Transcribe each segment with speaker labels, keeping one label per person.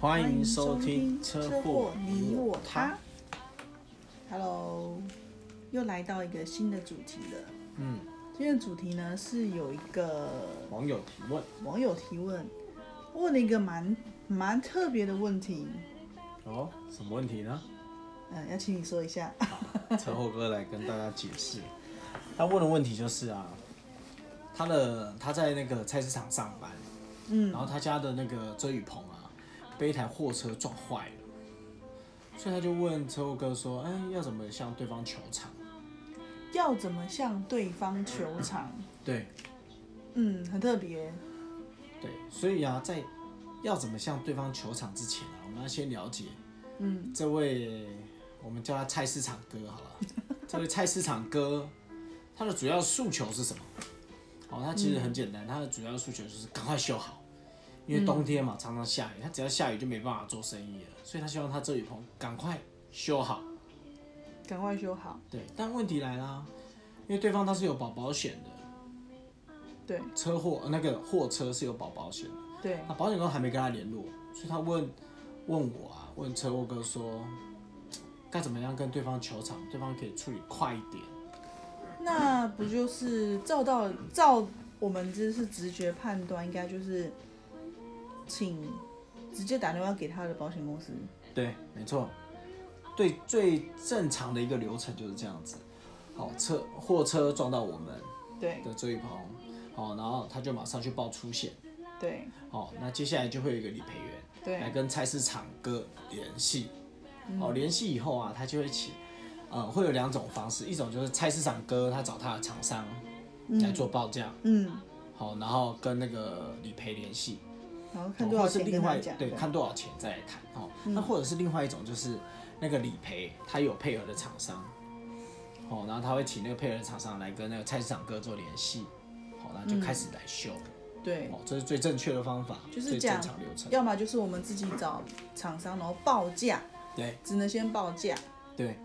Speaker 1: 欢
Speaker 2: 欢
Speaker 1: 迎
Speaker 2: 迎
Speaker 1: 收
Speaker 2: 收
Speaker 1: 听
Speaker 2: 听
Speaker 1: 《
Speaker 2: 《
Speaker 1: 车
Speaker 2: 车
Speaker 1: 祸
Speaker 2: 祸
Speaker 1: 你
Speaker 2: 你
Speaker 1: 我
Speaker 2: 我
Speaker 1: 他
Speaker 2: 他》。Hello，又来到一个新的主题了。
Speaker 1: 嗯，
Speaker 2: 今天的主题呢是有一个
Speaker 1: 网友提问
Speaker 2: 网友提问，问了一个蛮蛮特别的问题，
Speaker 1: 哦，什么问题 呢？
Speaker 2: 嗯，要请你说一下。
Speaker 1: 车祸哥来跟大家解释。他问的问题就是啊，他的他在那个菜市场上班，
Speaker 2: 嗯
Speaker 1: 然后他家的那个遮雨棚啊，被一台货车撞坏了，所以他就问车祸哥说：“哎，要怎么向对方求偿
Speaker 2: 要怎么向对方求偿？？”
Speaker 1: 对
Speaker 2: 嗯，很特别。
Speaker 1: 对，所以啊，在要怎么向对方求偿之前啊，我们要先了解
Speaker 2: 嗯，
Speaker 1: 这位，我们叫他菜市场哥好了。这位菜市场哥，他的主要诉求是什么？哦，他其实很简单，他的主要诉求就是赶快修好，因为冬天嘛，常常下雨，他只要下雨就没办法做生意了，所以他希望他遮雨棚赶快修好。
Speaker 2: 赶快修好。
Speaker 1: 对，但问题来啦，因为对方他是有保保险的，
Speaker 2: 对
Speaker 1: 车祸呃那个货车是有保保险的，
Speaker 2: 对，
Speaker 1: 那保险公司还没跟他联络，所以他问问我啊，问车祸哥说，该怎么样跟对方求偿，对方可以处理快一点。
Speaker 2: 那不就是照到照我们就是直觉判断，应该就是请直接打电话给他的保险公司。
Speaker 1: 对，没错，对，最正常的一个流程就是这样子。好，车货车撞到我们
Speaker 2: 对
Speaker 1: 的这一棚，好，然后他就马上去报出险，
Speaker 2: 对
Speaker 1: 好，那接下来就会有一个理赔员来
Speaker 2: 对，嗯
Speaker 1: 跟菜市场哥联系，好，联系以后啊，他就会请，呃，会有两种方式，一种就是菜市场哥他找他的厂商来做报价，
Speaker 2: 嗯，
Speaker 1: 好，然后跟那个理赔联系，哦
Speaker 2: 然后看多
Speaker 1: 或
Speaker 2: 少
Speaker 1: 者是
Speaker 2: 钱
Speaker 1: 另
Speaker 2: 跟他
Speaker 1: 外
Speaker 2: 讲。嗯
Speaker 1: 对看多少钱再来谈哦。那或者是另外一种就是那个理赔，他有配合的厂商，哦，然后他会请那个配合的厂商来跟那个菜市场哥做联系，好，那就开始来修，
Speaker 2: 对，
Speaker 1: 哦，这是最正确的方法，
Speaker 2: 嗯就是
Speaker 1: 最
Speaker 2: 这样
Speaker 1: 正常流程。
Speaker 2: 要么就是我们自己找厂商，然后报价，
Speaker 1: 对
Speaker 2: 只能先报价，
Speaker 1: 对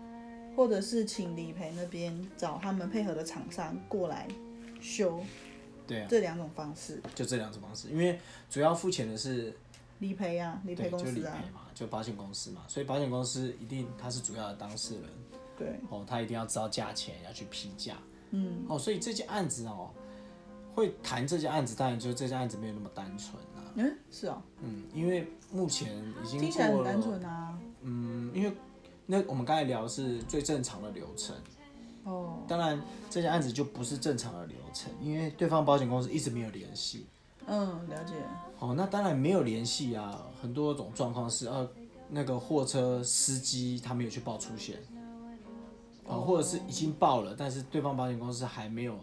Speaker 2: 或者是请理赔那边找他们配合的厂商过来修，
Speaker 1: 对啊，
Speaker 2: 这两种方式。
Speaker 1: 就这两种方式，因为主要付钱的是
Speaker 2: 理赔啊，理
Speaker 1: 对，
Speaker 2: 赔
Speaker 1: 就
Speaker 2: 公
Speaker 1: 理
Speaker 2: 司
Speaker 1: 赔
Speaker 2: 啊，
Speaker 1: 嘛，就保险公司嘛，所以保险公司一定他是主要的当事人，
Speaker 2: 对，
Speaker 1: 哦，他一定要知道价钱，要去批价。
Speaker 2: 嗯，
Speaker 1: 哦，所以这件案子哦，会谈这件案子，当然就是这件案子没有那么单纯啦、
Speaker 2: 嗯，是哦，
Speaker 1: 嗯，因为目前已经
Speaker 2: 听起来
Speaker 1: 过
Speaker 2: 很
Speaker 1: 了，
Speaker 2: 单纯啊。
Speaker 1: 嗯，因为那我们刚才聊的是最正常的流程，
Speaker 2: 哦，
Speaker 1: 当然这件案子就不是正常的流程，因为对方保险公司一直没有联系。
Speaker 2: 嗯，了解。
Speaker 1: 哦，那当然没有联系啊，很多种状况是呃，那个货车司机他没有去报出险，哦，或者是已经报了，但是对方保险公司还没有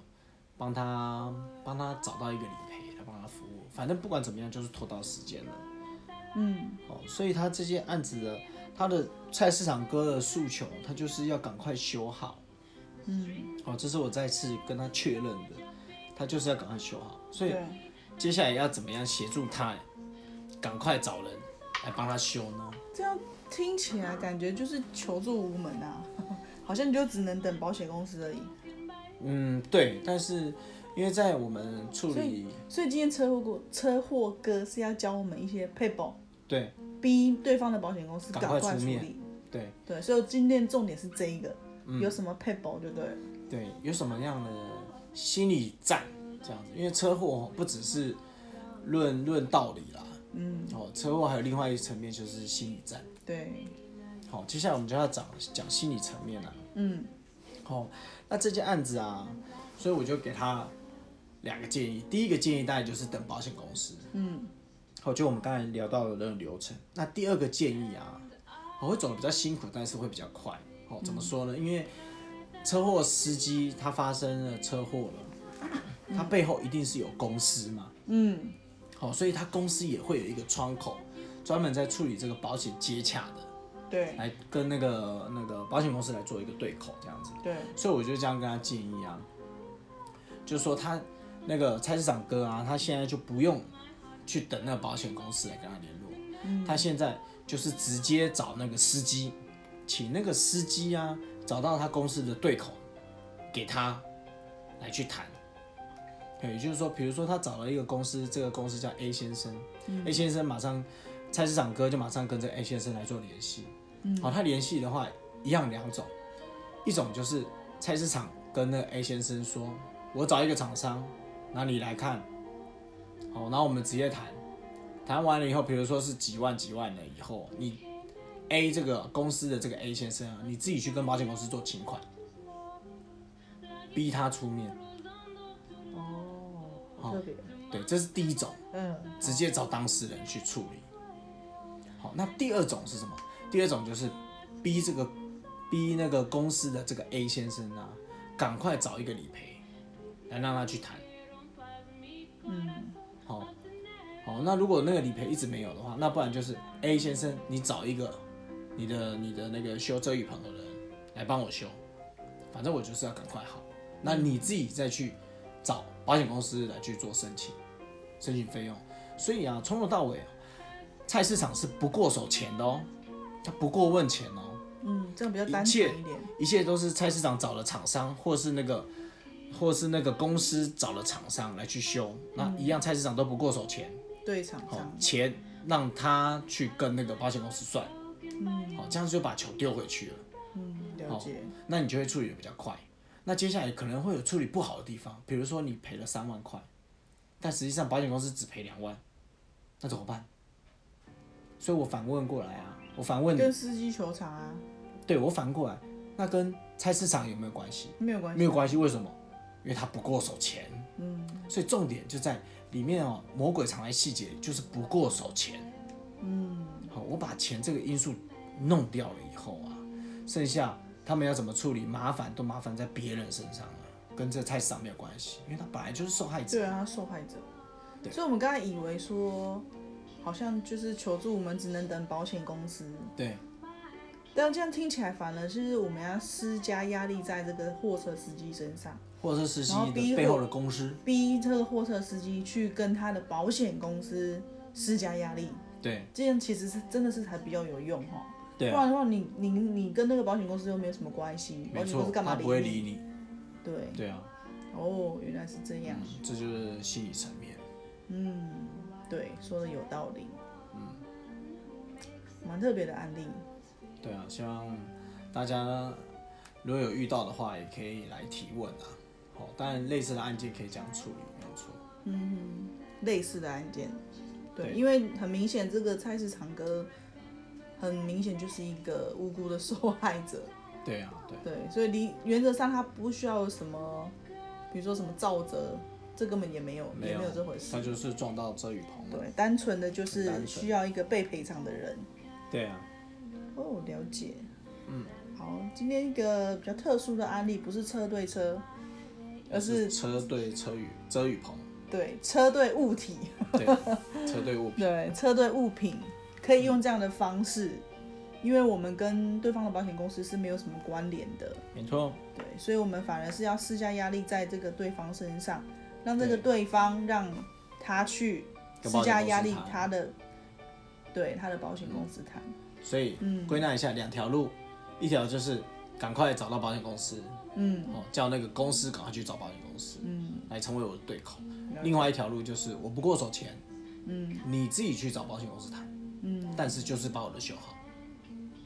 Speaker 1: 帮他帮他找到一个理赔来帮他服务，反正不管怎么样就是拖到时间了。
Speaker 2: 嗯，
Speaker 1: 哦，所以他这件案子的他的菜市场哥的诉求，他就是要赶快修好。嗯，哦，这是我再次跟他确认的，他就是要赶快修好，所以
Speaker 2: 对，
Speaker 1: 接下来要怎么样协助他，赶快找人来帮他修呢？
Speaker 2: 这样听起来感觉就是求助无门啊， 好像你就只能等保险公司而已。
Speaker 1: 嗯，对，但是因为在我们处理，
Speaker 2: 所以今天车祸过车祸哥是要教我们一些 p a p e
Speaker 1: 对
Speaker 2: 逼对方的保险公司
Speaker 1: 赶
Speaker 2: 赶
Speaker 1: 快
Speaker 2: 快
Speaker 1: 出
Speaker 2: 处
Speaker 1: 面
Speaker 2: 理。
Speaker 1: 对
Speaker 2: 对，所以今天重点是这一个，
Speaker 1: 嗯
Speaker 2: 有什么 p a p e 就对了。
Speaker 1: 对，有什么样的心理战这样子？因为车祸哦不只是论论道理啦，
Speaker 2: 嗯，
Speaker 1: 哦，车祸还有另外一层面就是心理战。
Speaker 2: 对，
Speaker 1: 好、接下来我们就要讲讲心理层面了。
Speaker 2: 嗯，
Speaker 1: 哦，那这件案子啊，所以我就给他两个建议。第一个建议当然就是等保险公司，嗯，好、就我们刚才聊到的那个流程。那第二个建议啊，我、会走的比较辛苦，但是会比较快。哦，怎么说呢？因为车祸司机他发生了车祸了，他背后一定是有公司嘛，
Speaker 2: 嗯，
Speaker 1: 好、所以他公司也会有一个窗口，专门在处理这个保险接洽的。
Speaker 2: 对
Speaker 1: 来跟那个那个保险公司来做一个对口这样子。
Speaker 2: 对，
Speaker 1: 所以我就这样跟他建议啊，就说他那个菜市场哥啊，他现在就不用去等那个保险公司来跟他联络，他现在就是直接找那个司机，请那个司机啊找到他公司的对口，给他来去谈。对也就是说，比如说他找了一个公司，这个公司叫 A 先生、a 先生马上菜市场哥就马上跟这个 A 先生来做联系。嗯，好，他联系的话一样两种，一种就是菜市场跟那个 A 先生说，我找一个厂商，那你来看，好，然后我们直接谈，谈完了以后，比如说是几万几万了以后，你 A 这个公司的这个 A 先生啊，你自己去跟保险公司做请款，逼他出面。
Speaker 2: 哦，
Speaker 1: 好
Speaker 2: 特别，
Speaker 1: 对，这是第一种。
Speaker 2: 嗯，
Speaker 1: 直接找当事人去处理。好，那第二种是什么？第二种就是逼这个逼那个公司的这个 A 先生啊，赶快找一个理赔来让他去谈。
Speaker 2: 嗯，
Speaker 1: 好，好，那如果那个理赔一直没有的话，那不然就是 A 先生，你找一个你的你的那个修遮雨棚的人来帮我修，反正我就是要赶快好。那你自己再去找保险公司来去做申请，申请费用。所以啊，从头到尾啊，菜市场是不过手钱的哦，他不过问钱哦。
Speaker 2: 嗯，这样比较
Speaker 1: 一
Speaker 2: 单
Speaker 1: 切
Speaker 2: 纯一点，
Speaker 1: 一切都是菜市场找了厂商，或是那个，或是那个公司找了厂商来去修，那一样菜市场都不过手钱，
Speaker 2: 对厂
Speaker 1: 好、
Speaker 2: 商，
Speaker 1: 钱让他去跟那个保险公司算，好、这样就把球丢回去了，
Speaker 2: 嗯，了
Speaker 1: 好
Speaker 2: 解，
Speaker 1: 那你就会处理的比较快。那接下来可能会有处理不好的地方，比如说你赔了三万块，但实际上保险公司只赔两万，那怎么办？所以我反问过来啊，我反问你，
Speaker 2: 跟司机球场啊
Speaker 1: 对我反过来，那跟菜市场有没有关系？
Speaker 2: 没有关系，
Speaker 1: 没有关系，为什么？因为他不过手钱。嗯，所以重点就在里面哦，魔鬼藏在细节，就是不过手钱。嗯，好，我把钱这个因素弄掉了以后啊，剩下他们要怎么处理，麻烦都麻烦在别人身上了，跟这菜市场没有关系，因为他本来就是受害者。
Speaker 2: 对啊，他受害者。所以我们刚才以为说，好像就是求助我们只能等保险公司，
Speaker 1: 对
Speaker 2: 但这样听起来反而是我们要施加压力在这个货车司机身上，
Speaker 1: 或者是实习
Speaker 2: 然后逼
Speaker 1: 的
Speaker 2: 我
Speaker 1: 背后的公司。
Speaker 2: 逼这个货车司机去跟他的保险公司施加压力，
Speaker 1: 对
Speaker 2: 这样其实是真的是才比较有用哈。
Speaker 1: 对
Speaker 2: 不
Speaker 1: 啊，
Speaker 2: 然的话你，你你跟那个保险公司又没有什么关系，保
Speaker 1: 没
Speaker 2: 险公
Speaker 1: 错
Speaker 2: 司，干嘛
Speaker 1: 他
Speaker 2: 理
Speaker 1: 不会
Speaker 2: 你？
Speaker 1: 理你。
Speaker 2: 对，
Speaker 1: 对啊，
Speaker 2: 哦，原来是这样，
Speaker 1: 嗯这就是心理层面。
Speaker 2: 嗯，对，说的有道理，嗯，蛮特别的案例。
Speaker 1: 对啊，希望大家如果有遇到的话，也可以来提问啊。好、当然类似的案件可以这样处理，没有错。
Speaker 2: 类似的案件。对，
Speaker 1: 对
Speaker 2: 因为很明显，这个菜市场哥很明显就是一个无辜的受害者。
Speaker 1: 对啊，对，
Speaker 2: 对，所以理原则上他不需要有什么，比如说什么造责，这根本也没有，也没有这回事
Speaker 1: 他。就是撞到遮雨棚了。
Speaker 2: 对，单纯的就是
Speaker 1: 单纯
Speaker 2: 需要一个被赔偿的人。
Speaker 1: 对啊，
Speaker 2: 哦，了解。嗯，好，今天一个比较特殊的案例，不是车对车，而是
Speaker 1: 车对车雨遮雨棚，
Speaker 2: 对车对物体。
Speaker 1: 对，车对物品，
Speaker 2: 对，车队物品可以用这样的方式，因为我们跟对方的保险公司是没有什么关联的，
Speaker 1: 没错，
Speaker 2: 对，所以我们反而是要施加压力在这个对方身上，让这个对方让他去
Speaker 1: 跟
Speaker 2: 施
Speaker 1: 保险公
Speaker 2: 加
Speaker 1: 司
Speaker 2: 压力
Speaker 1: 谈
Speaker 2: 他的，对他的保险公司谈，
Speaker 1: 所以归纳一下两条路，一条就是赶快找到保险公司，
Speaker 2: 嗯
Speaker 1: 哦，叫那个公司赶快去找保险公司
Speaker 2: 嗯
Speaker 1: 来成为我的对口
Speaker 2: 解。
Speaker 1: 另外一条路就是我不过手钱，
Speaker 2: 嗯
Speaker 1: 你自己去找保险公司谈，
Speaker 2: 嗯
Speaker 1: 但是就是把我的修好。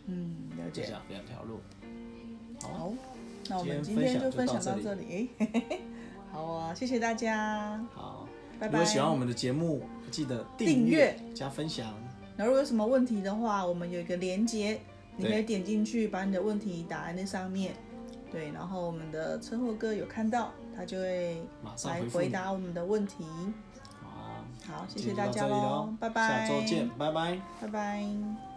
Speaker 2: 嗯，了
Speaker 1: 就这
Speaker 2: 解。
Speaker 1: 样两条路。
Speaker 2: 好，那我们今
Speaker 1: 今天
Speaker 2: 天就分
Speaker 1: 分享
Speaker 2: 享
Speaker 1: 就
Speaker 2: 到
Speaker 1: 到
Speaker 2: 这
Speaker 1: 这
Speaker 2: 里， 嘿嘿嘿好啊，谢谢大家，
Speaker 1: 好，
Speaker 2: 拜
Speaker 1: 如果
Speaker 2: 拜。
Speaker 1: 喜欢我们的节目，记得订
Speaker 2: 订
Speaker 1: 阅
Speaker 2: 阅
Speaker 1: 加分享。
Speaker 2: 然后如果有什么问题的话，我们有一个连接，你
Speaker 1: 对
Speaker 2: 可以点进去，把你的问题打在那上面。对，然后我们的车祸哥有看到，他就会
Speaker 1: 马上
Speaker 2: 来
Speaker 1: 回复
Speaker 2: 回
Speaker 1: 你
Speaker 2: 答我们的问题。
Speaker 1: 好，
Speaker 2: 好，谢
Speaker 1: 今天就
Speaker 2: 谢大
Speaker 1: 到
Speaker 2: 家
Speaker 1: 这里
Speaker 2: 喽
Speaker 1: 咯，
Speaker 2: 拜拜，
Speaker 1: 下周见，，拜拜。
Speaker 2: 拜拜。